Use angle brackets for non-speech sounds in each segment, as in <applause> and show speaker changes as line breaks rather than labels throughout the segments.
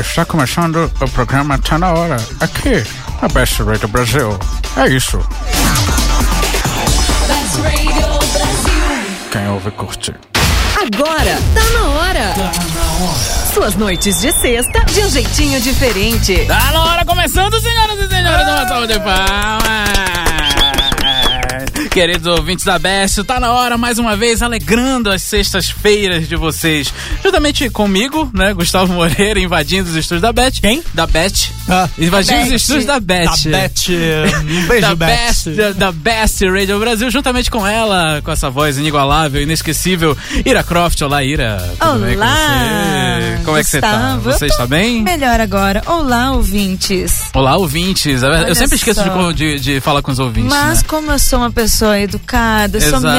está começando o programa Tá Na Hora, aqui na Best Radio Brasil. É isso. Quem ouve, curte.
Agora tá na hora. Suas noites de sexta de um jeitinho diferente.
Tá na hora começando, senhoras e senhores, uma salva de palmas. Queridos ouvintes da Best, tá na hora mais uma vez alegrando as sextas-feiras de vocês. Juntamente comigo, né, Gustavo Moreira, invadindo os estúdios da Best.
Quem?
Da Best.
Ah,
Invadindo os
Beth.
estúdios da Best.
Da Beth. Um beijo,
da
Beth.
Best, da, da Best Radio Brasil, juntamente com ela, com essa voz inigualável, inesquecível, Ira Croft. Olá, Ira. Tudo bem com
Olá,
você? Como é que você tá?
Gustavo.
Você está bem?
Melhor agora. Olá, ouvintes.
Olá, ouvintes. É verdade,
Olha
Eu sempre esqueço de,
só.
co- de- de falar com os ouvintes.
Mas
né?
como eu sou uma pessoa educada, eu sou
Exato,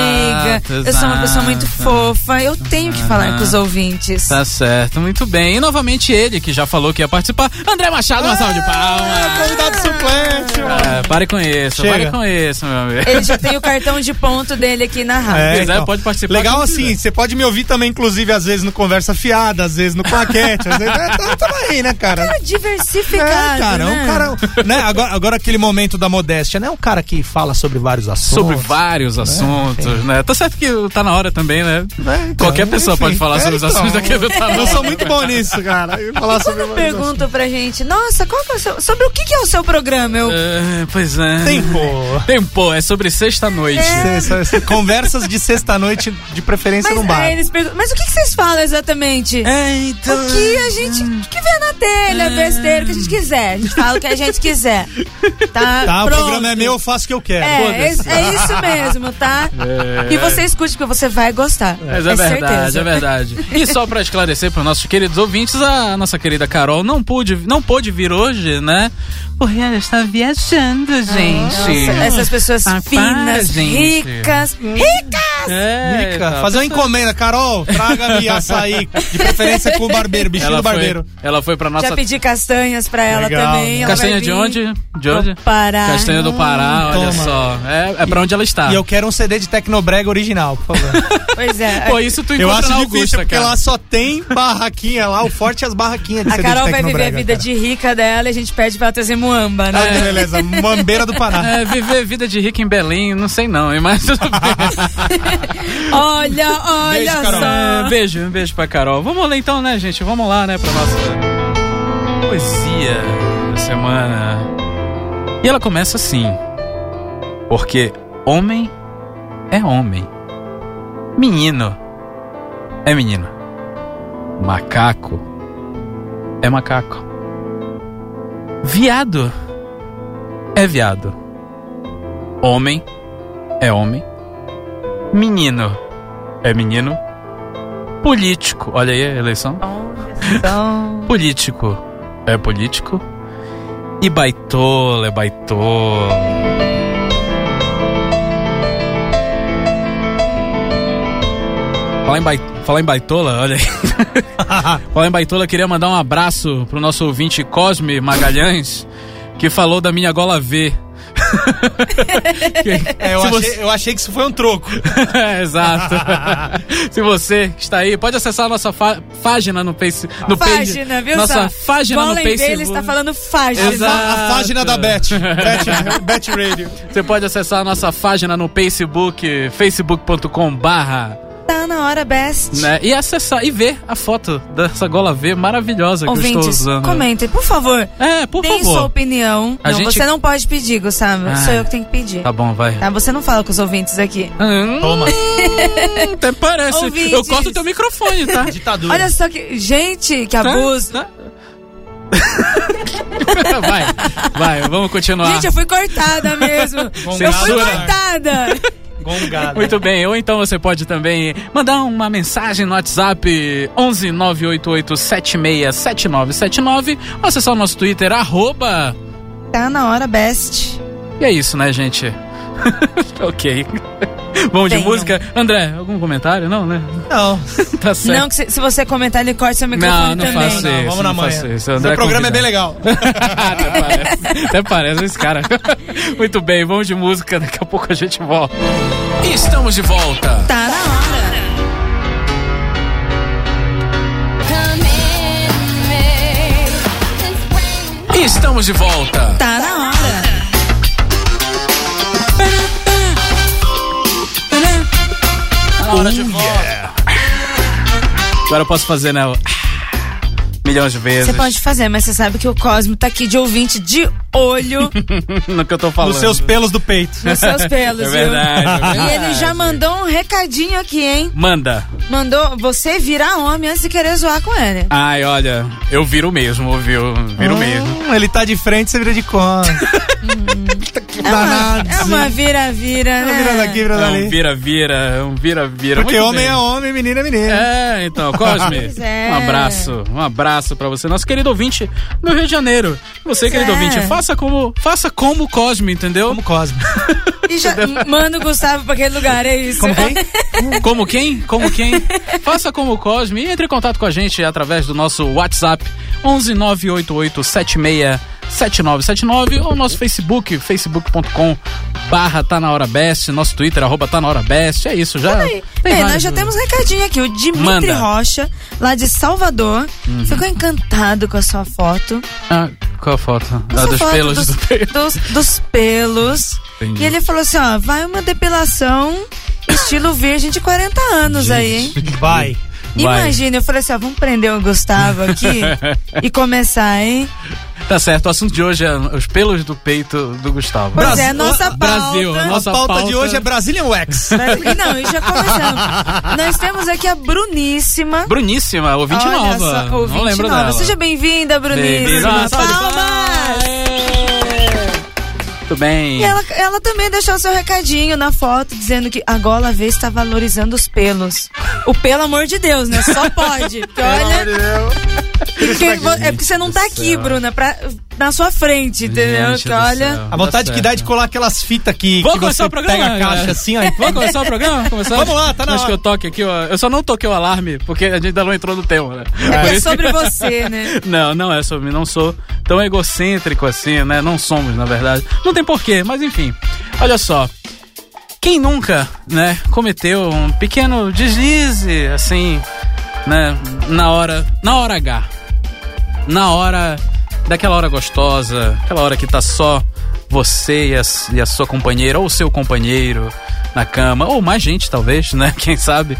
meiga, eu sou uma pessoa muito
exato.
fofa, eu tenho que falar com os ouvintes.
Tá certo, muito bem. E novamente ele, que já falou que ia participar, André Machado, uma salva de palmas.
Convidado suplente, mano.
É, pare com isso,
Chega.
pare com isso, meu amigo.
Ele já tem o cartão de ponto dele aqui
<laughs>
na rádio.
É,
quiser, Ah, pode participar
Legal
quando
assim,
quiser.
você pode me ouvir também, inclusive, às vezes no Conversa Fiada, às vezes no Claquete. às vezes, é, tamo aí, né, cara?
Diversificado,
É, cara, é
Tá né?
um cara. Né, agora, agora aquele momento da modéstia, né? Um cara que fala sobre vários
<laughs>
assuntos.
Sobre vários assuntos, né? Tá certo que tá na hora também, né?
É, então,
Qualquer pessoa
enfim.
pode falar
É,
sobre os
então.
assuntos daqui
<laughs>
do tá na
Eu
hora.
sou muito bom nisso, cara. E Falar sobre vários assuntos.
Perguntam pra gente, nossa, qual que é o seu, sobre o que, que é o seu programa? Eu,
É, pois é.
Tempo.
Tempo, é sobre sexta-noite.
Cê- cê- Conversas de sexta-noite, de preferência
mas,
num bar.
aí eles perguntam, mas o que, que vocês falam exatamente?
É, então.
O que a gente o que vê na
É.
telha, besteira, o que a gente quiser. A gente fala o que a gente quiser. Tá,
Tá,
pronto.
o programa é meu, eu faço o que eu quero.
É,
Foda-se.
es- é isso mesmo, tá? E você escute, porque você vai gostar.
Mas é, verdade,
certeza.
é verdade. E só pra esclarecer para nossos queridos ouvintes, a nossa querida Carol não pôde, não pôde vir hoje, né? Porque ela está viajando, gente.
Nossa, essas pessoas
Ah, para,
finas,
gente.
ricas, ricas!
É,
Mica,
tá.
fazer uma encomenda, Carol,
<laughs>
traga-me açaí, de preferência com o barbeiro, bichinho
ela
do barbeiro.
Foi, ela foi pra
Já um
nossa
pedi castanhas pra ela
Legal.
também. ela vai
castanha de
vir
onde? De
pro
onde?
Pará.
Castanha do Pará, olha
Toma.
só. É, é pra onde ela está.
E eu quero um CD de Tecnobrega original,
<laughs>
por favor.
Pois é.
Pô, isso tu
eu
encontra
acho
na
difícil,
Augusta,
porque
cara.
lá só tem barraquinha lá, o forte é as barraquinhas de
A
CD
Carol
de
vai viver a
Tecnobrega,
vida
cara.
de rica dela e a gente pede pra ela trazer muamba, né?
Ah, que beleza, Mambeira do Pará.
É, viver vida de rico em Belém, não sei não, hein, mas tudo bem.
Olha, olha
Beijo, Carol.
É,
só.
beijo, um beijo pra Carol. Vamos ler então, né, gente? Vamos lá, né, pra nossa poesia da semana. E ela começa assim. Porque homem é homem. Menino é menino. Macaco é macaco. Viado é viado. Homem é homem. Menino é menino. Político, olha aí a eleição.
Então,
<laughs> Político é político. E baitola é baitola. Falar em, bai- falar em baitola, olha aí. <laughs> falar em baitola, queria mandar um abraço pro nosso ouvinte Cosme Magalhães, que falou da minha gola V.
É, eu,
Se
achei,
você-
eu achei que isso foi um troco.
<laughs>
É, <laughs> Exato. Se você que está aí, pode acessar a nossa fa- página no Face. No
Fágina,
page,
viu,
Nossa
só?
página no
Golem
Facebook.
dele está falando fágina.
Exato.
A página da Beth. Beth, Beth Radio.
Você pode acessar a nossa página no Facebook, facebook.com barra,
Tá na hora best.
né? E acessar e ver a foto dessa gola V maravilhosa que eu estou
Ouvintes,
usando.
comentem, por favor.
É, por
Deem sua
favor.
opinião.
A
não,
gente-
você não pode pedir, Gustavo.
Ah.
Sou eu que tenho que pedir.
Tá bom, vai.
Tá? Você não fala com os ouvintes aqui.
Hum,
Toma.
até parece.
Ouvintes.
Eu corto teu
<laughs>
microfone, tá?
Ditadura.
Olha só que. Gente, que abuso. <laughs>
Tá? Tá? <laughs> vai, vai, vamos continuar.
Gente, eu fui cortada mesmo. eu
<laughs>
fui
Censura.
cortada.
<laughs>
Gongada.
Muito bem, ou então você pode também mandar uma mensagem no WhatsApp 11 988 767979 ou acessar o nosso Twitter, arroba.
tá na hora best.
E é isso, né, gente? <laughs> ok. Bom, de
Bem,
música. André, algum comentário? Não, né? <laughs>
Não,
Tá certo.
Não, que se, se você comentar, ele corta seu microfone
Não, não
também.
faço
não,
isso,
vamos na
não
manhã.
faço isso,
Meu
André é
programa é
convidado.
bem legal.
até parece. <laughs> Até parece esse cara. Muito bem, vamos de música, daqui a pouco a gente volta. Estamos de volta.
Tá na hora.
Come in, babe.
E estamos de volta.
Tá na hora.
Tá na hora de volta. Agora eu posso fazer, né? o- Milhões de vezes.
Você pode fazer, mas você sabe que o Cosmo tá aqui de ouvinte de olho
<laughs> No que eu tô falando.
Nos seus assim, né? pelos do peito.
<laughs>
nos seus pelos,
É
viu?
<laughs>
verdade. é
E
verdade.
ele já mandou um recadinho aqui, hein?
Manda.
Mandou você virar homem antes de querer zoar com ele.
Ai, olha, eu viro mesmo, ouviu? Viro mesmo.
Hum, ele tá de frente, você vira
<laughs>
de costas.
É uma,
Danado.
é uma vira-vira, né?
Vira daqui, vira
Hum. É um
dali.
vira-vira, um vira-vira.
Porque
Muito
homem
bem.
é homem, menina é menina.
É, então, Cosme,
Pois é.
um abraço, um abraço pra você, nosso querido ouvinte do Rio de Janeiro. Você,
Pois
querido
é.
ouvinte, faça como, faça como o Cosme, entendeu?
Como Cosme.
E já manda o Gustavo pra aquele lugar, é isso.
Como quem?
<laughs> Como quem? Como quem? Faça como o Cosme e entre em contato com a gente através do nosso WhatsApp 11 988 76 7979 ou nosso Facebook, facebook.com barra tá na hora best, nosso Twitter, arroba tá na hora best, é isso, já.
Aí.
tem
Bem,
vários-
nós já temos um recadinho aqui. O Dimitri
Manda. Uhum.
Rocha, lá de Salvador, ficou encantado com a sua foto.
Ah, qual a foto? Ah,
Essa
dos
foto
pelos do peito.
Dos, dos pelos.
Entendi.
E ele falou assim: ó, vai uma depilação estilo virgem de 40 anos aí, hein?
vai.
Vai.
Imagina, eu falei assim: ó, vamos prender o
<laughs>
Gustavo aqui e começar, hein?
Tá certo, o assunto de hoje é os pelos do peito do Gustavo.
Pois
Brasil-
é, nossa pauta.
Brasil, a nossa-
A pauta,
pauta- Tá
de hoje é Brazilian
<laughs>
Wax.
E não, e já começamos. Nós temos aqui a Bruníssima.
Bruníssima, ouvinte
Olha
nova.
só, ouvinte
não lembro
nova.
dela.
Seja bem-vinda,
Bem-vinda.
Bruníssima.
Salve de palmas!
Palmas!
Ê! Muito bem.
E ela, ela também deixou seu recadinho na foto, dizendo que agora a Gola V está tá valorizando os pelos. O pelo amor de Deus, né? Só pode. Porque olha, porque vo- é porque você não tá aqui, Bruna, pra, na sua frente, entendeu?
Gente
Porque
do
olha.
céu,
A vontade
tá
que dá é de
certo.
colar aquelas fitas que,
Vou
que
começar
você
o programa,
pega a caixa
galera.
assim, ó. e-
Vamos começar
<laughs>
o programa? Começar?
Vamos lá, tá na
Acho
hora.
que eu toque aqui, ó. Eu só não toquei o alarme, porque a gente ainda não entrou no tema, né? Por
É
isso-
sobre
<laughs>
você, né?
Não, não é sobre mim, não sou tão egocêntrico assim, né? Não somos, na verdade. Não tem porquê, mas enfim. Olha só. Quem nunca, né, cometeu um pequeno deslize, assim, né, na hora, na hora H. Na hora daquela hora gostosa, aquela hora que tá só você e a, e a sua companheira ou o seu companheiro na cama, ou mais gente talvez, né, <laughs> quem sabe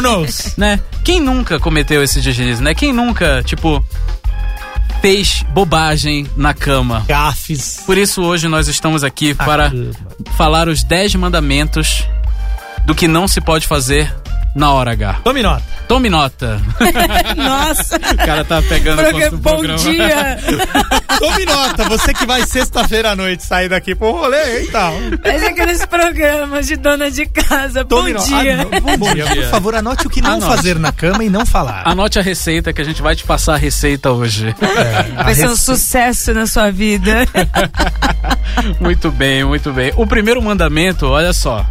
<laughs>
knows?
né? Quem nunca cometeu esse deslize, né? Quem nunca, tipo, fez bobagem na cama?
Gafes.
Por isso hoje nós estamos aqui para falar os 10 mandamentos do que não se pode fazer na hora H.
Tome nota.
Tome nota.
Nossa.
O cara tá pegando <laughs> a
Progra-
conta do
bom
programa.
dia.
Tome nota. Você que vai sexta-feira à noite sair daqui pro rolê e tal.
Mas é aqueles programas de dona de casa.
Tome
bom
nota.
dia.
Ah, não, bom dia. Por favor, anote o que não
Anote. Ah,
fazer na cama e não falar.
Anote a receita que a gente vai te passar a receita <laughs> hoje.
Vai
Ah,
ser um sucesso na sua vida.
Muito bem, muito bem. O primeiro mandamento, olha só.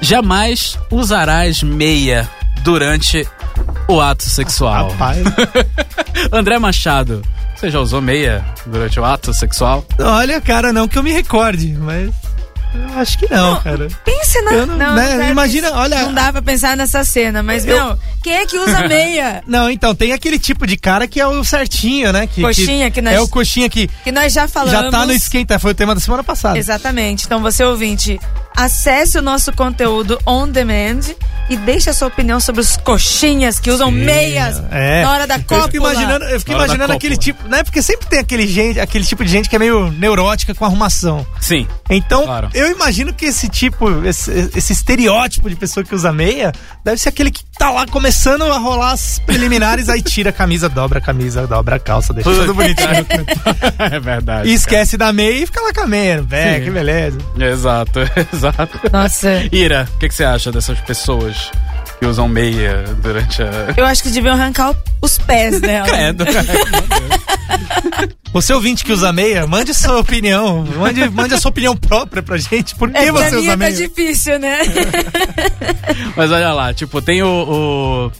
Jamais usarás meia durante o ato sexual.
Rapaz.
André Machado, você já usou meia durante o ato sexual?
Olha, cara, não que eu me recorde, mas. eu Acho que não, cara.
Pense na.
Eu não- né,
quero
imagina,
pensar-
olha-
Não dá pra pensar nessa cena, mas
Eu-
não. Quem é
<laughs>
que usa meia?
Não, então, tem aquele tipo de cara que é o certinho, né? Que,
Coxinha, que nós-
É o coxinha que
Que nós já falamos.
já tá no esquenta. Foi o tema da semana passada.
Exatamente. Então, você ouvinte, acesse o nosso conteúdo on demand e deixe a sua opinião sobre os coxinhas que usam meias
É.
na hora da
Eu
cópula.
fico imaginando, eu fico
Na hora da
imaginando aquele
cópula.
tipo. Né? Porque sempre tem aquele, gente, aquele tipo de gente que é meio neurótica com arrumação.
Sim.
Então,
Claro.
eu imagino que esse tipo, esse, esse estereótipo de pessoa que usa meia, deve ser aquele que tá lá começando a rolar as preliminares, aí tira a camisa, dobra a camisa, dobra a calça, deixa tudo bonitinho.
<laughs> é verdade.
E esquece da meia e fica lá com a meia. Velho,
Sim.
que beleza.
Exato, <laughs> exato.
Nossa.
Ira, o que, que você acha dessas pessoas que usam meia durante a.
Eu acho que deviam arrancar o- os
<laughs>
pés dela.
Credo.
Você ouvinte que usa meia, mande sua opinião. Mande, mande a sua opinião própria pra gente. Por que
É, pra
você
mim
usa
tá
meia?
difícil, né?
<laughs> Mas olha lá, tipo, tem o,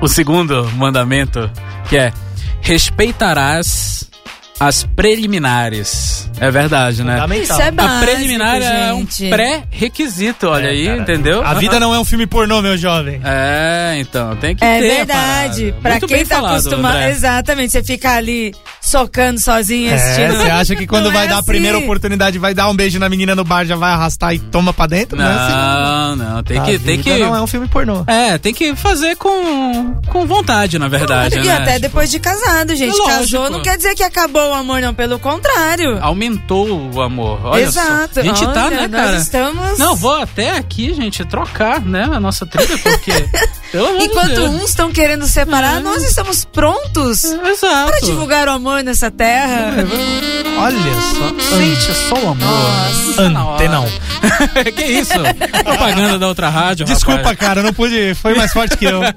o. o segundo mandamento, que é respeitarás As preliminares. É verdade, né?
Fundamental.
Isso é básico,
a preliminar é um
gente.
pré-requisito, olha aí,
cara,
entendeu?
A vida não é um filme pornô, meu jovem.
É, então, tem que
É
ter. a
verdade.
parada.
Pra
Muito
quem
bem
tá
falado,
acostumado.
André.
Exatamente. Você fica ali socando sozinho,
É,
assistindo.
você acha que quando
Não
vai
é
dar a
assim.
primeira oportunidade, vai dar um beijo na menina no bar, já vai arrastar e toma pra dentro? Não, é assim.
Não, não, tem que.
A
Tem
vida
que
Não é um filme pornô.
é, tem que fazer com, com vontade, na verdade.
E
né?
até
Tipo,
depois de casado, gente.
Lógico.
Casou não quer dizer que acabou o amor, não. Pelo contrário.
Aumentou o amor. Olha
Exato.
Só. A gente tá, né,
Olha, nós
cara?
estamos-
Não, vou até aqui, gente, trocar, né, a nossa trilha,
<laughs>
porque. pelo amor de
Enquanto
Deus.
uns estão querendo separar,
É.
nós estamos prontos
Exato.
para divulgar o amor nessa terra.
Olha só.
Gente, é só o amor. Tá na hora.
Antenão.
<laughs> que isso? Propaganda da outra rádio.
Desculpa,
rapaz.
cara, eu não pude. Foi mais forte que
<laughs>
eu.
É.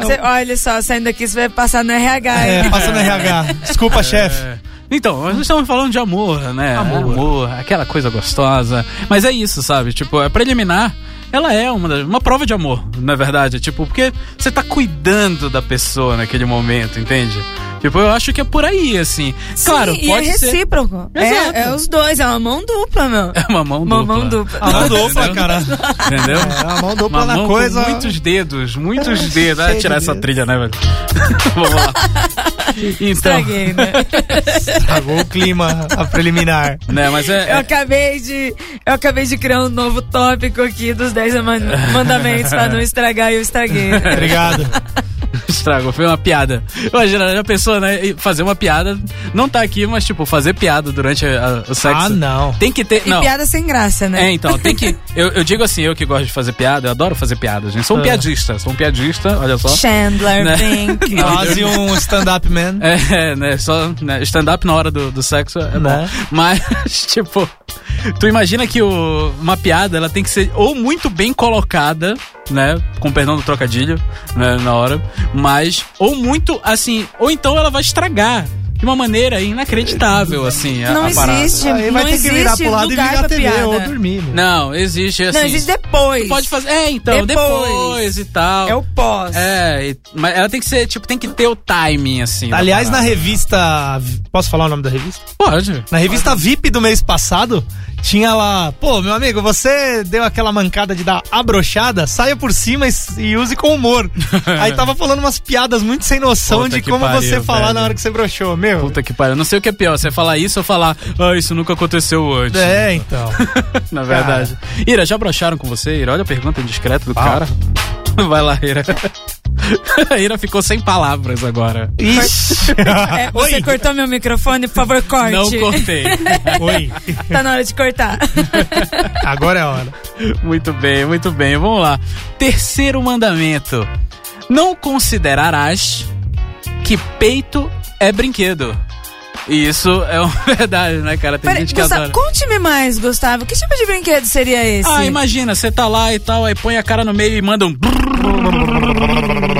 É.
Cê- olha só, saindo aqui, você vai passar no RH. hein?
É, passa no RH. Desculpa, chefe.
É. Então, nós estamos falando de amor, né?
Amor.
aquela coisa gostosa. Mas é isso, sabe? Tipo, a preliminar, ela é uma, das- uma prova de amor, na verdade. Tipo, porque você tá cuidando da pessoa naquele momento, entende? Tipo, eu acho que é por aí, assim. claro,
Sim,
pode
e é
ser.
recíproco.
Exato.
É, é os dois, é uma mão dupla, meu.
É <laughs> uma mão
Uma
dupla.
mão dupla.
A mão dupla,
Entendeu?
Tá cara.
Entendeu?
É, a mão
Uma
dupla na
mão com
coisa.
muitos dedos, muitos
<laughs>
dedos. Ah,
cheio de
tirar essa
dedo.
trilha, né, velho? <laughs> Vamos lá. Então,
Estraguei, né?
Estragou o clima, a preliminar.
né, mas é-
Eu
é,
acabei de. Eu acabei de criar um novo tópico aqui dos 10 man- mandamentos pra não estragar e eu estraguei.
É.
Obrigado.
Tá Estragou, foi uma piada. Imagina, já pensou, né? E Fazer uma piada, não tá aqui, mas tipo, fazer piada durante a- o sexo.
Ah, não.
Tem que ter.
E
não.
piada sem graça,
É,
né?
então, tem que. Eu, eu digo assim, eu que gosto de fazer piada, eu adoro fazer piada, gente. Sou um
Ah.
piadista, sou um piadista, olha só.
Chandler,
Né? <laughs>
Bing.
Quase um stand-up man.
É, né? Só né, stand-up na hora do, do sexo é bom.
Né?
Mas, <laughs> tipo, tu imagina que o- uma piada ela tem que ser ou muito bem colocada, né? Com perdão do trocadilho, né, na hora, mas, ou muito assim, ou então ela vai estragar. De uma maneira inacreditável, assim, a,
Não
a parada.
existe,
Aí vai
não
ter que virar
existe
pro lado e
lugar
virar
pra
TV
piada.
ou dormir. meu.
Não, existe assim.
Não, existe depois.
Tu pode fazer. É, então, depois,
Depois.
e tal.
É o pós.
É, e- mas ela tem que ser, tipo, tem que ter o timing, assim. da
Aliás, na
parada.
revista. Posso falar o nome da revista?
Pode.
Na revista VIP do mês passado, tinha lá. Pô, meu amigo, você deu aquela mancada de dar a brochada, saia por cima e, e use com humor.
<laughs>
Aí tava falando umas piadas muito sem noção
Puta
de
que
como
pariu,
você falar
velho.
na hora que você brochou. Meu.
Puta que pariu. Não sei o que é pior, você falar isso ou falar, ah, isso nunca aconteceu antes.
é, então.
<laughs> Na verdade. Ira, já broxaram com você, Ira? Olha a pergunta indiscreta do cara. <laughs> Vai lá, Ira. <laughs> A Ira ficou sem palavras agora.
Ixi.
É, você
Oi.
cortou meu microfone, por favor, corte.
Não
<laughs>
cortei.
Oi.
Tá na hora
<laughs>
de cortar.
Agora é a hora.
muito bem, muito bem. Vamos lá. Terceiro mandamento: Não considerarás que peito é brinquedo. E isso é uma <laughs> verdade, né, cara? Tem
Peraí,
gente que adora.
Gustavo, conte-me mais, Gustavo. Que tipo de brinquedo seria esse?
Ah, imagina, você tá lá e tal, aí põe a cara no meio e manda um. <laughs>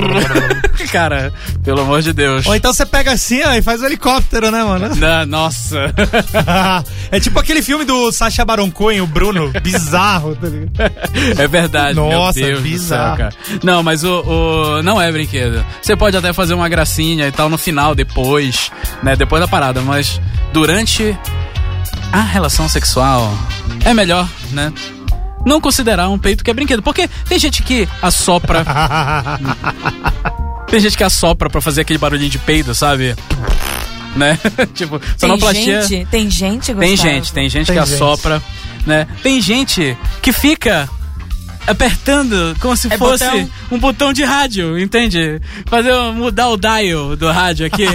cara, pelo amor de Deus.
Ou então você pega assim, ó, e faz o helicóptero, né,
<laughs>
mano?
Na- nossa.
é tipo aquele filme do Sacha Baron Cohen, o Bruno, bizarro. tá ligado?
É verdade,
Nossa,
meu Deus
bizarro.
do céu, cara. Não, mas o, o- não é brinquedo. Você pode até fazer uma gracinha e tal no final, depois, né, depois da parada, mas durante a relação sexual é melhor, né? Não considerar um peito que é brinquedo, porque tem gente que
<laughs>
assopra Tem gente que assopra pra fazer aquele barulhinho de peido, sabe? Né? <laughs> tipo,
tem
sonoplastia.
gente, tem gente, Gustavo.
Tem gente, tem gente
Tem
que
gente.
assopra, né? Tem gente que fica apertando como se
É
fosse
botão.
um botão de rádio, entende? Fazer um- mudar o dial do rádio
<laughs>
aqui,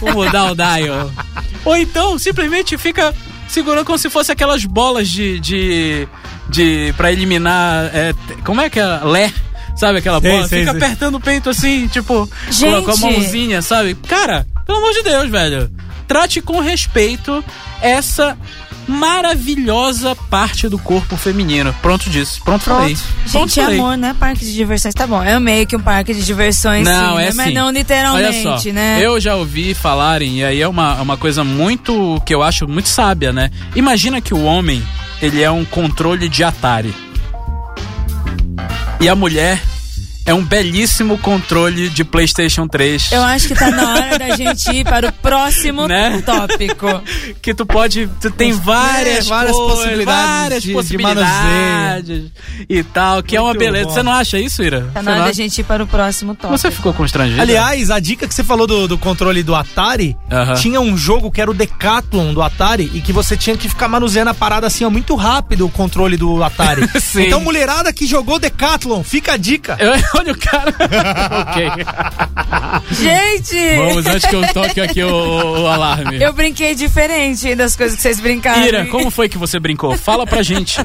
Vou mudar o dial. Ou então simplesmente fica segurando como se fosse aquelas bolas de de, de para eliminar, é, t- como é que é, lé, sabe aquela
Sei,
bola?
sei,
fica
sei.
apertando o peito assim, tipo, com-
Gente.
com a mãozinha, sabe? Cara, pelo amor de Deus, velho. Trate com respeito essa maravilhosa parte do corpo feminino. Pronto disso. Pronto, falei. Pronto,
Gente, é
falei.
amor, né? Parque de diversões, tá bom. É meio que um parque de diversões,
Não,
sim,
é
né? Mas
sim.
não
Olha
literalmente,
só,
né?
eu já ouvi falarem, e aí é uma, é uma coisa muito, que eu acho muito sábia, né? Imagina que o homem, ele é um controle de Atari. E a mulher é um belíssimo controle de PlayStation 3.
Eu acho que tá na hora
<laughs>
da gente ir para o próximo
Né?
tópico.
Que tu pode. Tu tem várias,
várias
cores,
possibilidades
várias
de- de
possibilidades e tal, que é uma
Muito
beleza.
bom.
Você não acha isso, Ira?
Tá
Você
na
não
hora da
acha?
gente ir para o próximo tópico.
Você ficou constrangido?
Aliás, a dica que você falou do, do controle do Atari,
Aham.
tinha um jogo que era o Decathlon do Atari e que você tinha que ficar manuseando a parada assim, ó, muito rápido o controle do Atari.
Sim.
então, mulherada que jogou Decathlon, fica a dica.
Eu- <laughs> olha o cara. ok.
Gente!
Vamos, antes que eu toque aqui o, o alarme.
Eu brinquei diferente das coisas que vocês brincaram.
Ira, como foi que você brincou? Fala pra gente.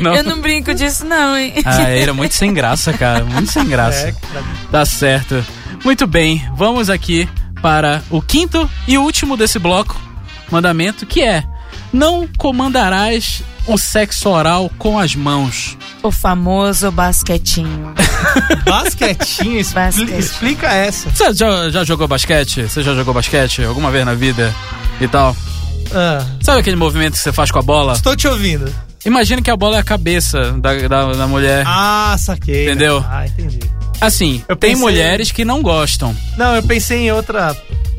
não.
<laughs> Eu não brinco disso, não, hein?
Ah, Ira, muito sem graça, cara. Muito sem graça.
É, cara.
Tá certo. Muito bem, vamos aqui para o quinto e último desse bloco, mandamento, que é: não comandarás o sexo oral com as mãos.
O famoso basquetinho.
Basquetinho, expli-
Basquete.
explica essa.
Você já, já jogou basquete? Você já jogou basquete alguma vez na vida e tal?
Ah,
Sabe aquele movimento que você faz com a bola?
estou te ouvindo.
Imagina que a bola é a cabeça da, da, da mulher.
Ah, saquei.
Entendeu?
Ah, entendi.
Assim,
Eu
tem
pensei-
mulheres que não gostam.
Não, eu pensei em outra,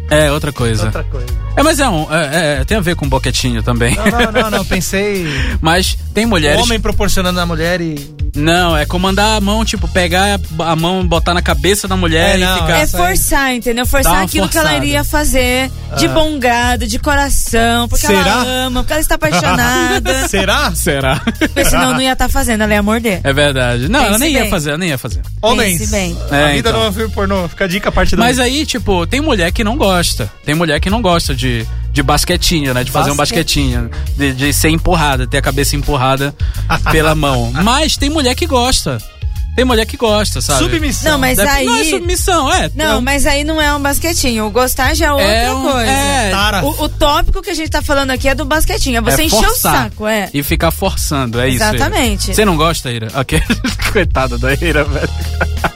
É outra coisa.
outra coisa.
É, mas é um. é- é, tem a ver com boquetinho também.
Não, não, não,
<laughs>
não, pensei.
Mas tem
O
mulheres.
homem proporcionando à mulher e.
Não, é comandar a mão, tipo, pegar a mão, botar na cabeça da mulher
É,
e
não,
ficar. assim.
É
Nossa,
forçar, entendeu?
Tá, Dá
Forçar
uma
aquilo que
forçada. Ah.
ela iria fazer de bom grado, de coração, porque
Será?
ela ama, porque
<laughs>
ela está apaixonada.
Será?
<laughs> Será?
porque senão não ia estar fazendo, ela ia morder.
É verdade. Não, ela
Pense
nem ia
bem.
fazer, ela nem ia fazer.
<laughs> Homens.
Pense bem.
É,
a vida
então.
não é um filme pornô. Fica a dica a parte do.
Mas aí, tipo, tem mulher que não gosta. Tem mulher que não gosta de, de basquetinho, né? De fazer um basquetinho. De, de ser empurrada, ter a cabeça empurrada pela mão. Mas tem mulher que gosta. Tem mulher que gosta, sabe?
Submissão.
Não, mas
Deve-
aí.
Não é submissão, é.
Não, mas aí não é um basquetinho. O gostar já é outra
é um-
coisa.
É,
Tara.
O, o tópico que a gente tá falando aqui é do basquetinho. É você
É
encher o
forçar
saco, é.
E ficar forçando, é isso. Ira.
Exatamente.
Você não gosta, Ira? Ok. <laughs> Coitada da Ira, velho. Ah,
<laughs>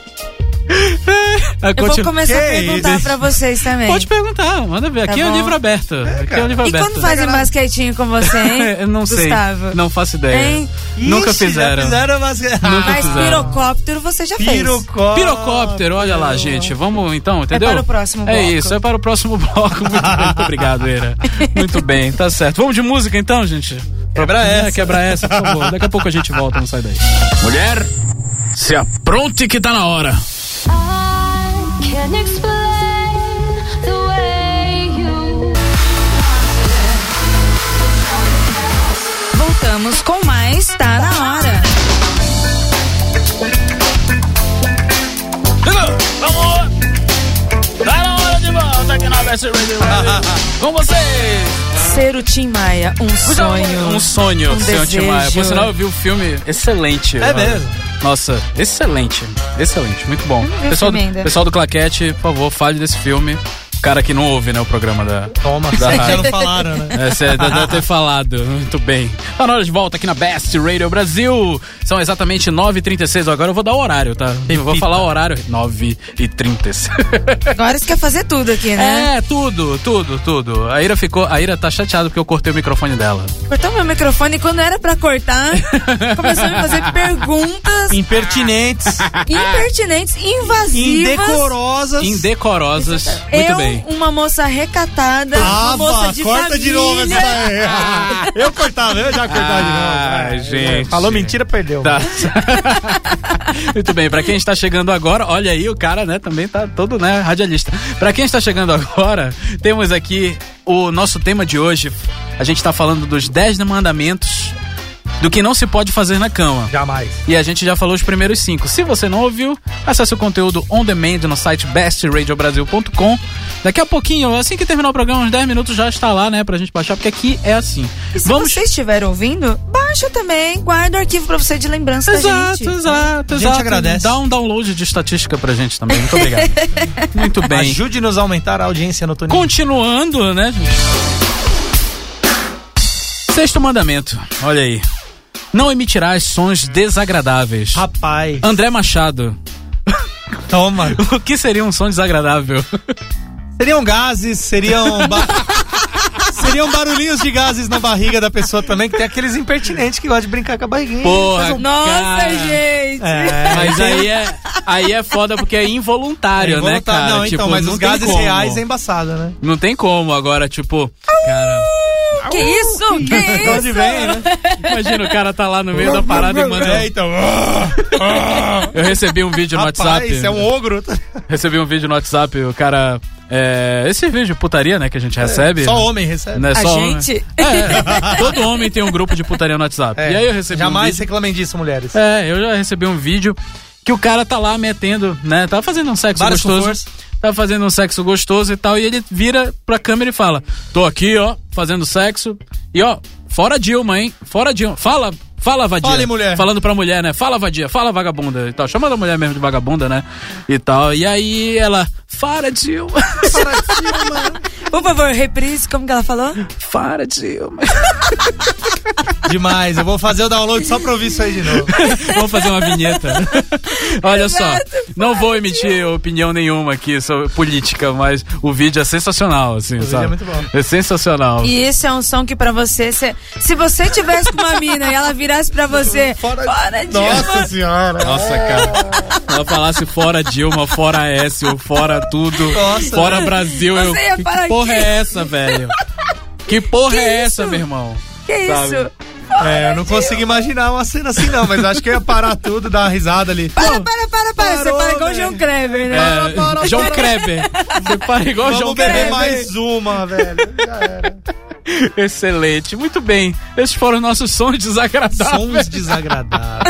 Eu
continua.
vou começar
Que
a perguntar
isso?
pra vocês também.
Pode perguntar, manda ver. Aqui é o
bom.
livro aberto. Aqui é o
cara.
livro
e
aberto.
quando fazem um basquetinho
<laughs>
com você, hein?
Eu não sei. Ah,
Gustavo.
Não faço ideia.
Hein?
Nunca
Ixi,
fizeram.
Já fizeram, mas. <laughs> Ah,
Mas
fizeram.
pirocóptero você já fez.
Pirocó-
Pirocóptero, olha lá, gente. Vamos então, entendeu?
para o próximo
É
bloco.
isso, é para o próximo <laughs> bloco. Muito, bem, muito obrigado, Ira. Muito bem, tá certo. Vamos de música então, gente?
É
Quebra essa. quebra essa, por favor. Daqui a pouco a gente volta, não sai daí. Mulher, se apronte que tá na hora.
I can't explain the way you
Voltamos com mais Tá Na Hora.
Tá na hora de volta aqui na Best Radio. <laughs> Com vocês!
Ser o Tim Maia, um sonho.
Um sonho,
Um
seu
desejo.
Antimaia. Por sinal, eu vi o filme excelente.
É mesmo?
Nossa, excelente. Excelente, muito bom.
vi o
Pessoal do,
filme ainda.
pessoal do Claquete, por favor, fale desse filme. O cara que não ouve, né, o programa <laughs> da...
Toma,
Da
vocês
rádio.
já não
<laughs>
falaram, né?
É, Você deve ter falado. Muito bem. Tá na hora de volta aqui na Best Radio Brasil. São exatamente 9h36. Agora eu vou dar o horário, tá? Eu vou falar o horário. 9h36. <laughs>
Agora você quer fazer tudo aqui, né?
É, tudo, tudo, tudo. A Ira ficou. A Ira tá chateada porque eu cortei o microfone dela.
Cortou meu microfone e quando era pra cortar, começou a me fazer perguntas
Impertinentes,
impertinentes,
É
invasivas.
<laughs>
indecorosas.
Indecorosas. Muito
é eu,
bem.
uma moça recatada, uma moça de família.
daí.
<laughs>
Eu cortava, eu já cortava de novo. É,
Ai, Ah, gente.
Falou mentira, perdeu.
Tá. <laughs> Muito bem, pra quem está chegando agora, olha aí, o cara, né, também tá todo, né, radialista. Pra quem está chegando agora, temos aqui o nosso tema de hoje. A gente tá falando dos 10 mandamentos do que não se pode fazer na cama.
Jamais.
E a gente já falou os primeiros cinco. Se você não ouviu, acesse o conteúdo on demand no site bestradiobrasil.com. Daqui a pouquinho, assim que terminar o programa, uns 10 minutos já está lá, né, pra gente baixar, porque aqui é assim.
E se você estiver ouvindo, baixa também, guarda o arquivo pra você de lembrança da
Exato,
gente.
exato,
A gente
exato.
agradece.
Dá um download de estatística pra gente também. Muito obrigado. Muito bem.
Ajude-nos a aumentar a audiência no Toninho.
Continuando, né, gente? Sexto mandamento. Olha aí. Não emitirás sons desagradáveis.
Rapaz,
André Machado.
toma.
<laughs> O que seria um som desagradável?
Seriam gases, seriam. ba- <laughs> seriam barulhinhos de gases na barriga da pessoa também, que tem aqueles impertinentes que gostam de brincar com a barriguinha.
Porra,
<laughs>
Nossa,
cara.
gente!
É,
Mas aí é. Aí é foda porque é involuntário, né,
involuntário.
cara?
Não, então,
Tipo,
mas
não
os
tem
gases
como.
reais é embaçado, né?
Não tem como agora, tipo. Cara,
Que isso? Que
De onde
É isso?
vem, né?
imagina o cara tá lá no meio da parada e
É,
manda. um
então. ah,
Eu recebi um vídeo no
Rapaz,
WhatsApp.
é um ogro.
Recebi um vídeo no WhatsApp, o cara. É, esse vídeo de putaria, né, que a gente recebe.
Só homem recebe.
Né,
A
só homem.
gente.
É, todo homem tem um grupo de putaria no WhatsApp.
É,
E aí eu recebi um
Jamais
vídeo.
reclamem disso, mulheres.
É, eu já recebi um vídeo que o cara tá lá metendo, né? Tava fazendo um sexo
Vários
gostoso.
confortos.
Tava fazendo um sexo gostoso e tal. E ele vira pra câmera e fala: Tô aqui, ó, fazendo sexo. E ó, fora Dilma, hein? Fora Dilma. Fala. Fala, vadia.
Fale, mulher.
Falando pra mulher, né? Fala, vadia. Fala, vagabunda e tal. Chamando a mulher mesmo de vagabunda, né? E tal. E aí ela... Fara, Dilma. <laughs>
Por favor, reprise, como que ela falou?
Fara, Dilma.
Demais, eu vou fazer o download só pra ouvir isso aí de novo.
Vamos fazer uma vinheta.
<laughs>
Olha só, não vou emitir opinião nenhuma aqui sobre política, mas o vídeo é sensacional, assim,
vídeo
sabe?
é muito bom.
É sensacional.
E esse é um som que pra você, se, se você tivesse com uma mina e ela virasse pra você,
Fora-
fora de
Nossa senhora.
Nossa, cara. Ela falasse fora Dilma, fora Écio, fora tudo,
Nossa. né?
fora Brasil. Eu,
Você ia
que
parar
porra
aqui.
é essa, velho? Que porra
Que
é
isso?
essa, meu irmão?
que isso?
Sabe?
É, eu não consigo imaginar uma cena assim não, mas acho que eu ia parar tudo, dar uma risada ali.
Para, para, para, para.
Parou,
você para igual o
velho.
João Kreber, né?
É, João Kreber. Você para igual
Vamos
João
beber
Kreber.
mais uma,
<laughs>
velho. Já era.
Excelente. Muito bem. Esses foram nossos sons desagradáveis.
Sons desagradáveis.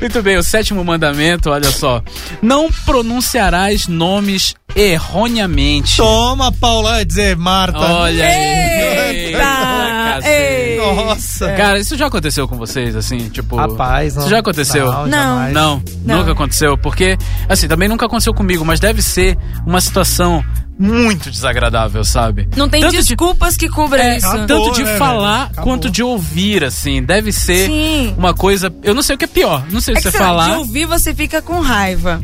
Muito bem, o sétimo mandamento, olha só. Não pronunciarás nomes erroneamente.
Toma, Paula, ia dizer Marta.
Olha aí.
Eita,
cacete.
ei.
Nossa.
Cara, isso já aconteceu com vocês, assim, tipo.
Rapaz, não.
Isso já aconteceu?
Não,
Não.
jamais.
Não,
Não.
nunca aconteceu, porque, assim, também nunca aconteceu comigo, mas deve ser uma situação muito desagradável, sabe?
Não tem
Tanto de-
desculpas que cubram
É,
isso.
acabou.
tanto de
né,
falar
velho? Acabou.
quanto de ouvir, assim. Deve ser
Sim.
uma coisa. Eu não sei o que é pior. Não sei
É
se
que
você
sei lá,
falar.
de ouvir você fica com raiva.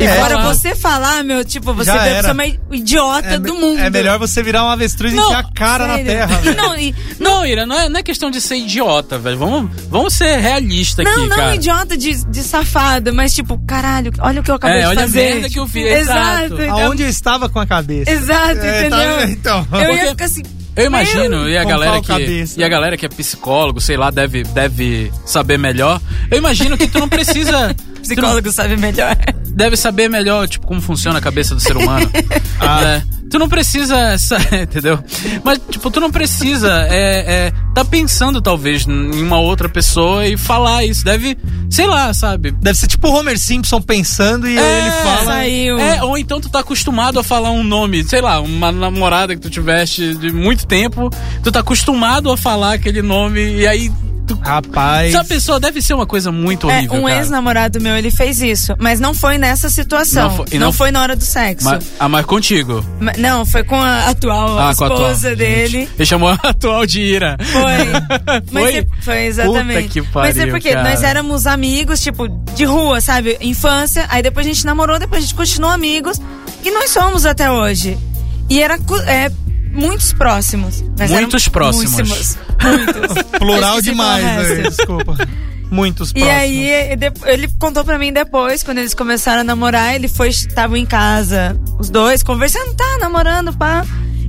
e
Agora
falar.
você falar, meu, tipo, você
É. Já
é a
era.
pessoa mais idiota
É,
do
me-
mundo.
é melhor você virar um avestruz e
Não,
enfiar a cara
Sério.
na terra.
E não, e-
Não, Ira, não é, não é questão de ser idiota, velho. Vamos, vamos ser realista
não,
aqui,
não
cara.
idiota de, de safado, mas tipo, caralho, olha o que eu acabei
É,
de
olha a
fazer.
merda que eu fiz,
Exato. então,
exato.
Aonde eu estava com a cabeça?
Exato,
É, tá
entendeu?
vendo? <laughs> então.
Eu ia
Porque-
ficar assim.
Eu imagino, e a
com
galera
pau
que
cabeça.
e a galera que é psicólogo, sei lá, deve, deve saber melhor. Eu imagino que tu não
<laughs>
precisa, tu não-
Psicólogo sabe melhor.
deve saber melhor, tipo, como funciona a cabeça do ser
<laughs>
humano. É, tu não precisa, sa- <laughs> entendeu? Mas, tipo, tu não precisa é, é, tá pensando, talvez, em uma outra pessoa e falar isso. Deve, sei lá, sabe?
Deve ser tipo o Homer Simpson pensando e
É,
ele fala.
Saiu.
É, ou então tu tá acostumado a falar um nome, sei lá, uma namorada que tu tiveste de muito tempo, tu tá acostumado a falar aquele nome e aí tu.
Rapaz.
Essa pessoa deve ser uma coisa muito
É,
horrível.
um
cara.
ex-namorado meu, ele fez isso, mas não foi nessa
Não
situação. Não
foi-
foi,
e não-
na hora do sexo.
Ma- ah, mas contigo.
Ma- Não, foi com a atual
Ah, com a atual.
esposa
gente. <laughs>
dele.
Ele chamou a atual de ira.
Foi. Mas
Foi?
é- foi
Puta que
exatamente. Mas é
pariu,
porque
cara.
nós éramos amigos, tipo, de rua, sabe? Infância. Aí depois a gente namorou, depois a gente continuou amigos. E nós somos até hoje. E era cu- é, muitos próximos. Nós
Muitos
éramos
próximos.
Muitos. muitos.
Plural
Esqueci
demais,
qual é
né?
essa.
desculpa. Muitos
<laughs> E
próximos.
aí, e de- ele contou pra mim depois, quando eles começaram a namorar, ele foi, estavam em casa, os dois, conversando, tá, namorando, pá.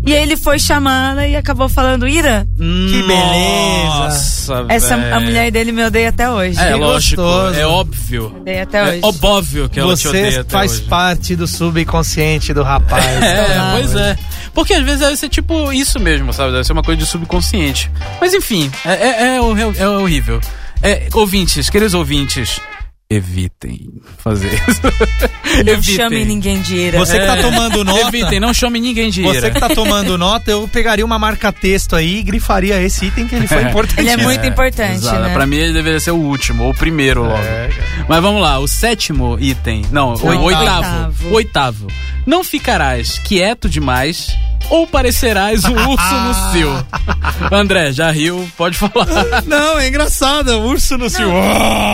E aí ele foi chamá-la e acabou falando, Ira,
Que
beleza.
Nossa,
essa
velho.
a mulher dele me odeia até hoje.
É,
Que
lógico.
gostoso.
É óbvio.
Odeia até hoje.
É óbvio que ela te odeia.
Você
até
faz
hoje.
parte do subconsciente do rapaz.
<laughs> É,
Tá
pois
bom.
é. Porque às vezes deve ser tipo isso mesmo, sabe? Deve ser uma coisa de subconsciente. Mas enfim, é, é- é horr- é horrível. É, ouvintes, queridos ouvintes, evitem fazer isso. <laughs>
Não
evitem.
chame ninguém de Ira.
Você
É.
que tá tomando nota.
Evitem, não chame ninguém de ira.
Você
é
que tá tomando nota, eu pegaria uma marca texto aí e grifaria esse item que ele foi
É.
importante.
Ele é muito importante,
Exato.
né?
Pra mim ele deveria ser o último, ou o primeiro logo. Mas vamos lá, o sétimo item. Não, o
Não,
oitavo.
oitavo.
O oitavo. Não ficarás quieto demais ou parecerás um urso no
<laughs>
cio. André, já riu, pode falar.
Não, é engraçado. O urso no seu. <laughs>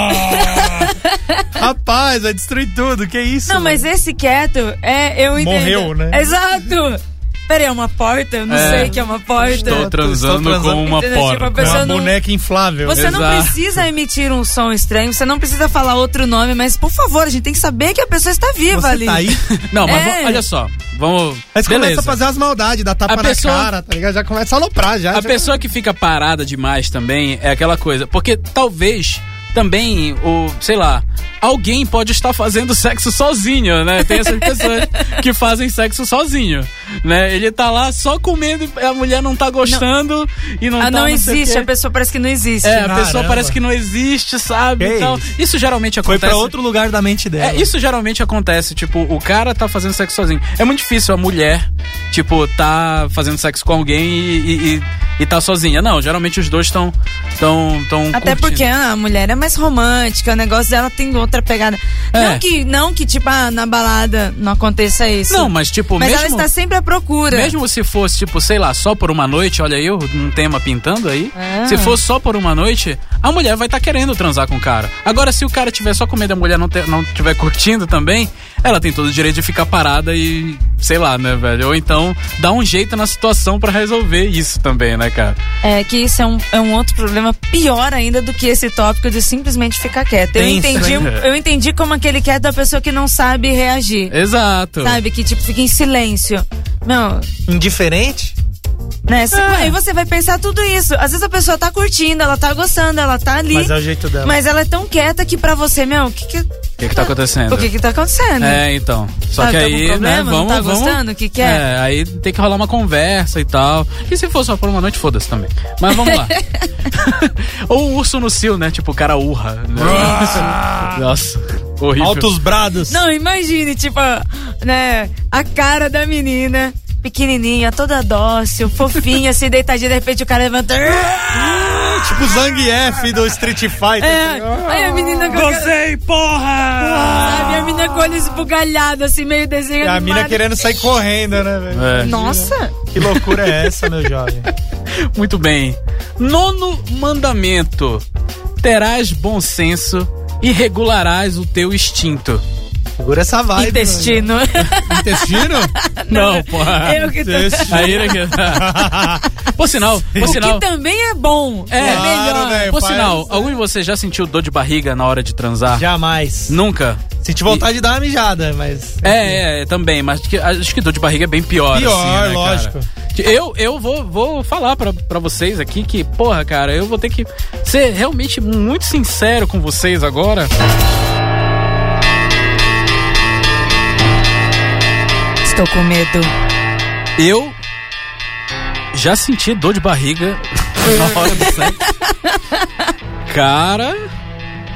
Rapaz, vai destruir tudo. Que isso?
Não, mas esse quieto é eu entendo.
Morreu, né?
Exato. Pera aí, é uma porta? Eu não
É.
sei que é uma porta.
Estou transando,
transando.
com uma
Entendeu? Tipo, a
porta.
pessoa
É Uma
não-
boneca inflável.
Você não
Exato.
precisa emitir um som estranho, você não precisa falar outro nome, mas por favor, a gente tem que saber que a pessoa está viva
Você
ali.
tá aí?
Não, mas
É.
vo- olha só. Vamos.
Aí você começa
Beleza.
a é fazer as maldades, dá tapa
A
na
pessoa-
cara, tá ligado? Já começa a aloprar, já.
A
já-
pessoa que fica parada demais também é aquela coisa. Porque talvez também o, sei lá, alguém pode estar fazendo sexo sozinho, né? Tem essas pessoas que fazem sexo sozinho, né? Ele tá lá só comendo e a mulher não tá gostando e não
Ah,
tá
não
não sei o
existe,
quê.
a pessoa parece que não existe.
É, a
Caramba.
pessoa parece que não existe, sabe?
Que
Então,
isso.
isso geralmente
Foi
acontece.
pra outro lugar da mente dela.
É, isso geralmente acontece, tipo, o cara tá fazendo sexo sozinho. É muito difícil a mulher, tipo, tá fazendo sexo com alguém e, e, e- e tá sozinha. Não, geralmente os dois estão tão, tão
Até
curtindo.
porque ah, a mulher é mais romântica, o negócio dela tem outra pegada.
É.
Não que, não que tipo, ah, na balada não aconteça isso.
Não, mas tipo,
mas ela
mesmo,
está sempre à procura.
mesmo se fosse, tipo, sei lá, só por uma noite, olha aí, um tema pintando aí.
Ah.
Se fosse só por uma noite, a mulher vai estar querendo transar com o cara. Agora, se o cara tiver só com medo e a mulher não, te- não tiver curtindo também, ela tem todo o direito de ficar parada e, sei lá, né, velho? Ou então, dá um jeito na situação pra resolver isso também, né, cara?
É que isso é um, é um outro problema pior ainda do que esse tópico de simplesmente ficar quieto. Eu
Tem isso,
entendi, um,
hein?
eu entendi como aquele quieto da pessoa que não sabe reagir.
É. Exato.
Sabe, que tipo, fica em silêncio. Não,
Indiferente?
né? se-
Ah.
Aí você vai pensar tudo isso. Às vezes a pessoa tá curtindo, ela tá gostando, ela tá ali.
Mas é o jeito dela.
mas ela é tão quieta que pra você, meu, o que que,
O que, que tá acontecendo?
o que que tá acontecendo?
É, então. Só
Tá-
que
tá com
aí,
problema?
né,
Não
vamos.
tá
vamos-
gostando? O que que é?
aí tem que rolar uma conversa e tal. E se for só por uma noite, foda-se também. Mas vamos
<laughs>
lá. <laughs> Ou um urso no cio, né? Tipo, o cara urra. né?
Ah!
Nossa, horrível.
Altos brados.
Não, imagine, tipo, né, a cara da menina, pequenininha, toda dócil, fofinha, <laughs> se deitadinha, de repente o cara
<laughs>
levanta.
Tipo o Zang F do Street Fighter.
É, aí a menina com a-
Gozei, porra!
sabe, a menina com o olho esbugalhado, assim, meio desenho
E É a mina
animado.
querendo sair correndo, né, velho?
É.
Nossa!
Que loucura é essa, meu jovem?
Muito bem. Nono mandamento: terás bom senso e regularás o teu instinto.
Segura essa vibe. meu
Intestino.
jovem. Intestino?
Não, porra.
<laughs> Eu que tô...
Intestino.
Aí, né,
<laughs>
que- por sinal, por
O
sinal.
que também é bom.
É,
É
Claro,
melhor.
velho,
Por
faz-
né.
sinal, algum de vocês já sentiu dor de barriga na hora de transar?
Jamais.
Nunca?
Senti vontade de dar uma mijada, mas.
É, é, também, mas que- acho que dor de barriga é bem pior.
Pior,
assim, né,
lógico.
Cara? Eu, eu vou, vou falar pra, pra vocês aqui que, porra, cara, eu vou ter que ser realmente muito sincero com vocês agora.
Estou com medo.
Eu já senti dor de barriga <laughs> na hora do sexo. Cara,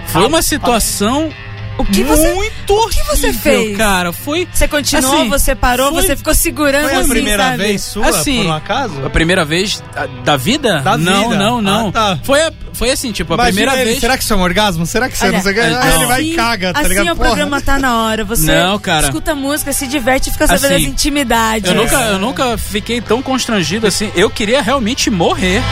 foi uma situação
O que você.
muito
que você
horrível,
fez?
Cara, foi
Você continuou,
Assim,
você parou,
foi-
você ficou segurando
Foi a
assim,
primeira
sabe?
vez sua,
Assim,
por um acaso?
A primeira vez ah, da vida?
Da
não,
vida.
não, não.
Ah, tá.
Foi, a- foi assim, tipo, a
Imagina
primeira
ele,
vez.
Será que isso é um orgasmo? Será que você
Olha,
não sei o que? Aí
assim-
ele vai e caga, tá
assim
ligado?
o programa tá na hora. Você
Não, cara.
escuta música, se diverte e fica sabendo
Assim,
as intimidades.
é?
Eu nunca, eu nunca fiquei tão constrangido assim. Eu queria realmente morrer. <laughs>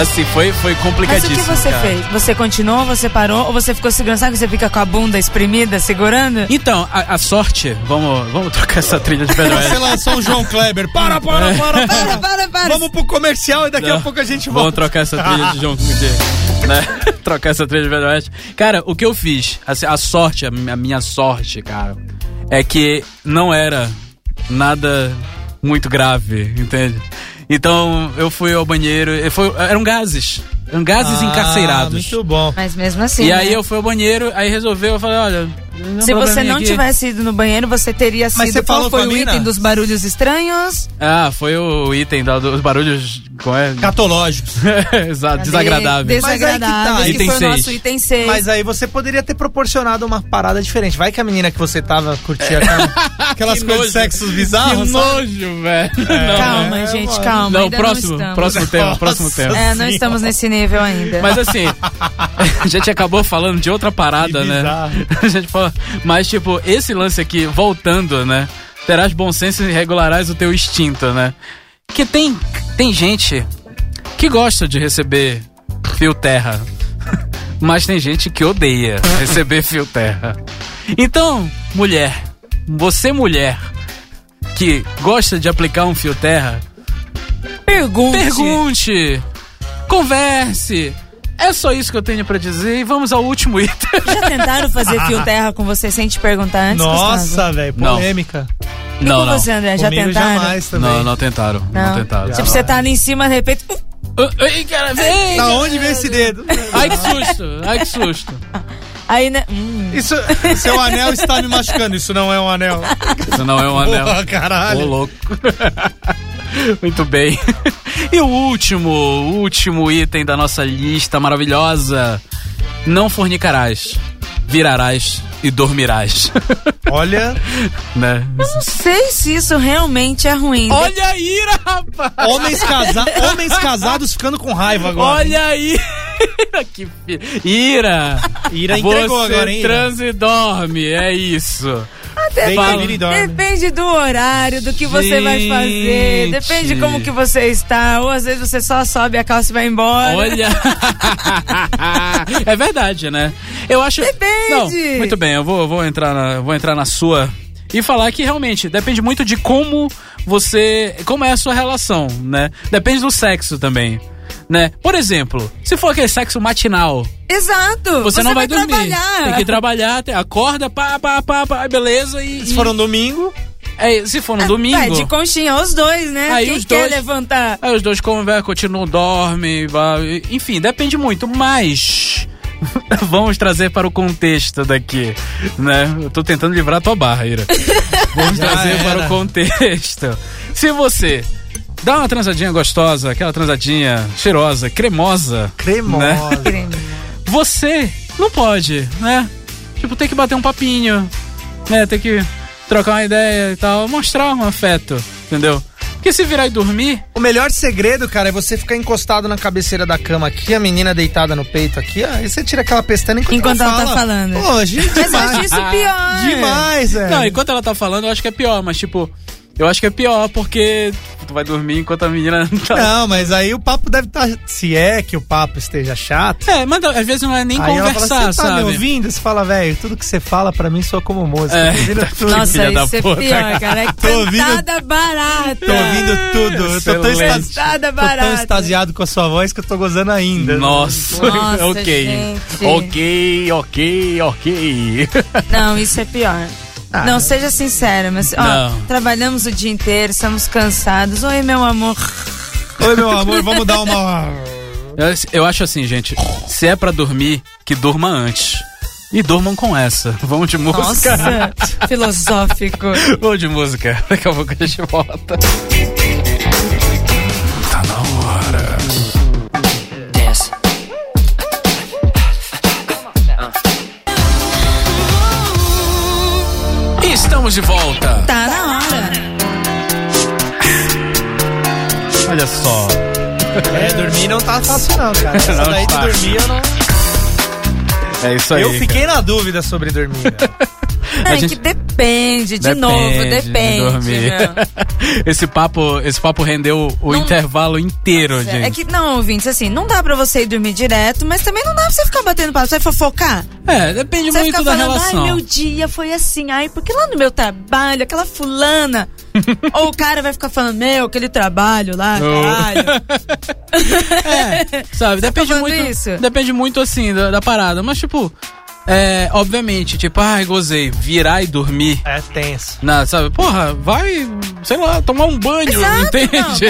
Assim, foi, foi
Mas o
complicadíssimo.
que você
cara.
fez? Você continuou, você parou ou você ficou segurando? Sabe que você fica com a bunda espremida, segurando?
Então, a, a sorte, vamos, vamos tocar essa trilha de
<laughs>
Pedro
Você lançou o João Kleber. Para, para,
<laughs>
para, <laughs> para.
para, para.
Vamos pro comercial e daqui a
É. Não.
pouco a gente
Vamos
volta.
trocar essa trilha de João
<laughs>
de, né? Trocar essa trilha de Velho Oeste. Cara, o que eu fiz, assim, a sorte, a mi- a minha sorte, cara, é que não era nada muito grave, entende? Então eu fui ao banheiro, e foi- eram gases, eram gases encarceirados.
Ah, Muito bom.
Mas mesmo assim.
E
né?
aí eu fui ao banheiro, aí resolveu, eu falei, olha. não
Se
dá pra
você
mim
não
aqui.
tivesse ido no banheiro, você teria sido.
você falou
Qual foi
com a
o
mina?
item dos barulhos estranhos?
Ah, foi o item da- dos barulhos. Qual é?
Catológicos.
<laughs> Exato, desagradáveis.
Mas aí que tá,
Desagradáveis, que,
item
foi o nosso
seis.
item 6.
Mas aí você poderia ter proporcionado uma parada diferente. Vai que a menina que você tava curtia aquela- aquelas
É. <laughs> Que
coisas de
nojo.
sexos
Que
bizarros. sabe?
nojo, velho. Não.
Calma,
É,
gente,
mano.
calma.
Não,
ainda
próximo,
não estamos.
próximo tema,
Nossa. <laughs>
próximo tema.
É, não
Sim.
estamos nesse nível ainda.
Assim, Mas assim, <laughs> a gente acabou falando de outra parada,
Que
né?
bizarro.
<laughs> A gente falou, mas tipo, esse lance aqui, voltando, né? Terás bom senso e regularás o teu instinto, né? Que tem, tem gente que gosta de receber <laughs> fio terra, mas tem gente que odeia receber fio terra. Então, mulher, você mulher que gosta de aplicar um fio terra,
Pergunte.
pergunte, converse. É só isso que eu tenho pra dizer e vamos ao último <laughs> item.
Já tentaram fazer fio terra com você sem te perguntar antes? Gustavo?
Nossa, velho,
Não.
polêmica.
E com você, André? Já
Comigo
tentaram?
jamais também.
é um Não, não tentaram. Não,
Não.
tentaram.
Tipo, você tá ali em cima, de repente. uh,
Ai, cara, vem!
Da onde vem esse dedo?
Ai, que susto! Ai, que susto!
Aí, né? hum.
Isso, seu anel está me machucando. Isso não é um anel.
Isso não é um anel.
Porra,
Ô,
caralho.
<laughs> louco. Muito bem. E o último, o último item da nossa lista maravilhosa. Não fornicarás, virarás e dormirás. <laughs>
Olha,
né?
Não sei se isso realmente é ruim.
Olha a ira, rapaz!
homens, casa- homens casados ficando com raiva agora.
Olha a ira! <laughs> Que fi- <laughs> ira!
Ira entregou
Você
agora, hein? Ira?
transa e dorme, é isso.
Deita,
fala.
vira e dorme.
Depende do horário, do que você vai fazer.
Gente.
Depende de como que você está. Ou às vezes você só sobe a calça e vai embora.
Olha! <laughs> é verdade, né? Eu acho.
Depende.
Não, muito bem, eu vou, eu vou, entrar na, vou entrar na sua e falar que realmente depende muito de como você. Como é a sua relação, né? Depende do sexo também. Né? Por exemplo, se for aquele sexo matinal,
Exato.
você, não vai, dormir.
trabalhar.
Tem que trabalhar, tem- acorda, pá, pá, pá, pá, beleza. E,
Se for um domingo,
é, se for no domingo.
É, de conchinha, os dois, né?
Aí
Quem
os
quer
dois.
levantar?
Aí os dois conversam, continuam, dormem, vai- enfim, depende muito, mas <laughs> vamos trazer para o contexto daqui, né? Eu tô tentando livrar a tua barra, Ira. Vamos
Já
trazer
era.
para o contexto. Se você dá uma transadinha gostosa, aquela transadinha cheirosa, cremosa, né?
cremosa.
você não pode, né? Tipo, tem que bater um papinho, né? Tem que trocar uma ideia e tal, mostrar um afeto, entendeu? Porque se virar e dormir,
O melhor segredo, cara, é você ficar encostado na cabeceira da cama aqui, a menina deitada no peito aqui, ó. Aí você tira aquela pestana enquanto,
Enquanto ela tá
fala.
falando.
Pô, gente,
Mas eu acho
demais.
isso pior.
Demais, velho.
É. Não, enquanto ela tá falando, eu acho que é pior, mas tipo, eu acho que é pior porque tu vai dormir enquanto a menina não tá.
Não, mas aí o papo deve estar. Se é que o papo esteja chato.
É, mas não, às vezes não é nem
aí ela
conversar,
fala, você tá
sabe?
me ouvindo? Você fala, velho, tudo que você fala pra mim soa como música.
É.
Tô
<laughs>
ouvindo tudo.
Nossa,
Filha da
isso é
puta.
pior, cara. É
Tô ouvindo-
cantada barata.
Tô ouvindo tudo. Eu tô tão,
Excelente.
extasi...
Cantada
tô tão
barata.
extasiado com a sua voz que eu tô gozando ainda.
Nossa, <laughs>
Nossa,
ok.
gente.
Ok, ok, ok.
Não, isso é pior. Não, seja sincero, mas ó,
Não.
trabalhamos o dia inteiro, estamos cansados. Oi, meu amor.
Oi, meu amor, vamos dar uma.
Eu- Eu acho assim, gente, se é pra dormir, que durma antes. E durmam com essa. Vamos de música.
Nossa, filosófico.
<laughs> Vamos de música. Daqui a pouco a gente volta. Tá
dance.
E estamos de volta.
Tá na hora.
Olha só.
É, dormir não tá fácil, não, cara. Essa
Não
daí de
tá.
dormir eu não.
É isso aí.
Eu fiquei na dúvida sobre dormir. né? velho.
Não, é
gente-
que depende, de novo,
de
depende. né?
dormir. <laughs>
meu.
esse papo, esse papo rendeu o
Não-
intervalo inteiro, gente.
É que, não, ouvintes, assim, não dá pra você ir dormir direto, mas também não dá pra você ficar batendo papo, você vai fofocar.
É, depende
Você
muito
fica
da
falando,
relação.
ai, meu dia foi assim, ai, porque lá no meu trabalho,
<laughs>
aquela fulana. Ou o cara vai ficar falando, meu, aquele trabalho lá,
Não. <laughs>
caralho.
Sabe, depende
tá falando
muito.
isso?
Depende muito assim da, da parada, mas tipo, é, obviamente, tipo, ai, gozei, virar e dormir.
É tenso.
Na, sabe, porra, vai, sei lá, tomar um banho, entende?
Não, mas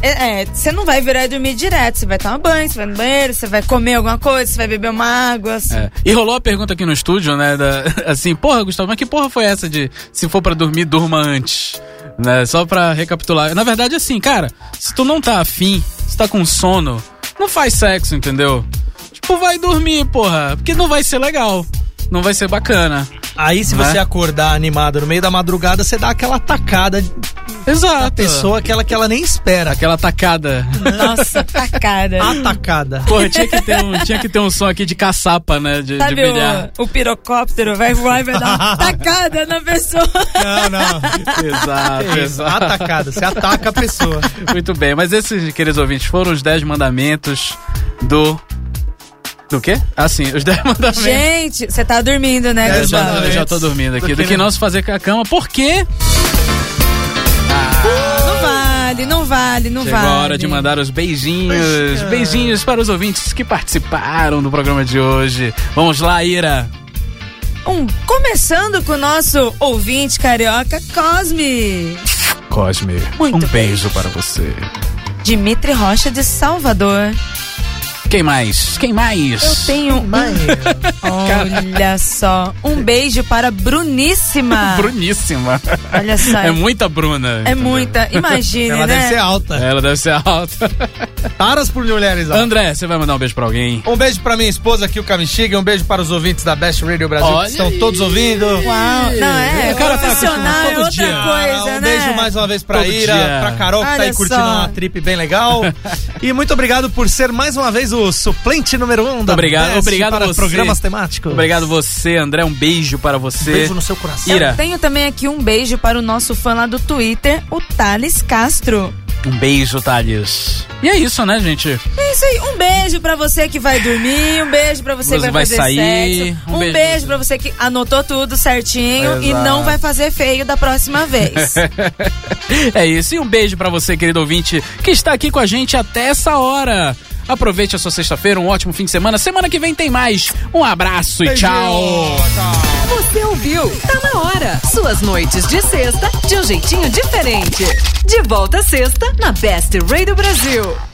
é, é, você não vai virar e dormir direto, você vai tomar banho, você vai no banheiro, você vai comer alguma coisa, você vai beber uma água.
<laughs>
assim.
É. E rolou a pergunta aqui no estúdio, né? da- assim, porra, Gustavo, mas que porra foi essa de se for pra dormir, durma antes? Né? Só pra recapitular. Na verdade, assim, cara, se tu não tá afim, se tá com sono, não faz sexo, entendeu? Tipo, vai dormir, porra. Porque não vai ser legal. Não vai ser bacana.
Aí, se
Né?
você acordar animado no meio da madrugada, você dá aquela tacada
Exato.
da pessoa, aquela que ela nem espera.
Aquela <laughs> atacada.
Nossa, tacada.
Ah,
Atacada.
Porra, tinha que, ter um, tinha que ter um som aqui de caçapa, né? De, de
Sabe <laughs>
bilhar.
o, o pirocóptero vai voar e vai
<laughs>
dar uma tacada na pessoa.
Não, <laughs> não.
Exato, exato.
É Atacada. Você ataca a pessoa.
Muito bem, mas esses, queridos ouvintes, foram os 10 mandamentos do Do quê? Ah, sim, os 10 <laughs> mandamentos.
Gente, você tá dormindo, né,
É, eu, já,
Gustavo?
eu já tô dormindo aqui.
Do
Do
que
que,
não-
não se fazer com a cama, por quê?
Não vale, não vale, não
Chegou
vale.
a hora de mandar os beijinhos. Beijinhos para os ouvintes que participaram do programa de hoje. Vamos lá, Ira.
Um, começando com o nosso ouvinte carioca, Cosme.
Cosme,
Muito
um
bem.
beijo para você.
Dimitri Rocha de Salvador.
Quem mais? Quem mais?
Eu tenho um. Olha só. Um beijo
<laughs>
para Bruníssima.
Bruníssima.
Olha só.
É muita Bruna.
É
entendeu?
muita. Imagine,
Ela
né?
deve ser alta.
Ela deve ser alta.
Taras por mulheres altas.
André, você vai mandar um beijo pra alguém?
Um beijo pra minha esposa aqui, o Camixiga, e um beijo para os ouvintes da Best Radio Brasil
Olha
que estão
aí.
todos ouvindo.
Uau, não é?
O cara tá
profissional é
acostumado todo
outra
dia.
coisa,
Ah, um
né?
beijo mais uma vez pra
Todo
Ira,
dia.
pra Carol que tá
Olha
aí curtindo
só.
uma trip bem legal. e muito obrigado por ser mais uma vez o suplente número um da
Obrigado-
Best
obrigado
para
você.
programas temáticos.
Obrigado você, André. Um beijo para você.
Beijo no seu coração.
Ira.
Eu tenho também aqui um beijo para o nosso fã lá do Twitter, o Thales Castro.
Um beijo, Thales. E é isso, né, gente? <laughs>
É isso aí. Um beijo pra você que vai dormir, um beijo pra você que
Você
vai,
vai
fazer
sair,
sexo,
um
um,
beijo.
beijo, pra você que anotou tudo certinho e
Exato.
não vai fazer feio da
<laughs>
próxima vez.
É isso. E um beijo pra você, querido ouvinte, que está aqui com a gente até essa hora. Aproveite a sua sexta-feira, um ótimo fim de semana. Semana que vem tem mais. Um abraço e tchau.
Você ouviu? Tá na hora. Suas noites de sexta de um jeitinho diferente. De volta sexta na Best Ray do Brasil.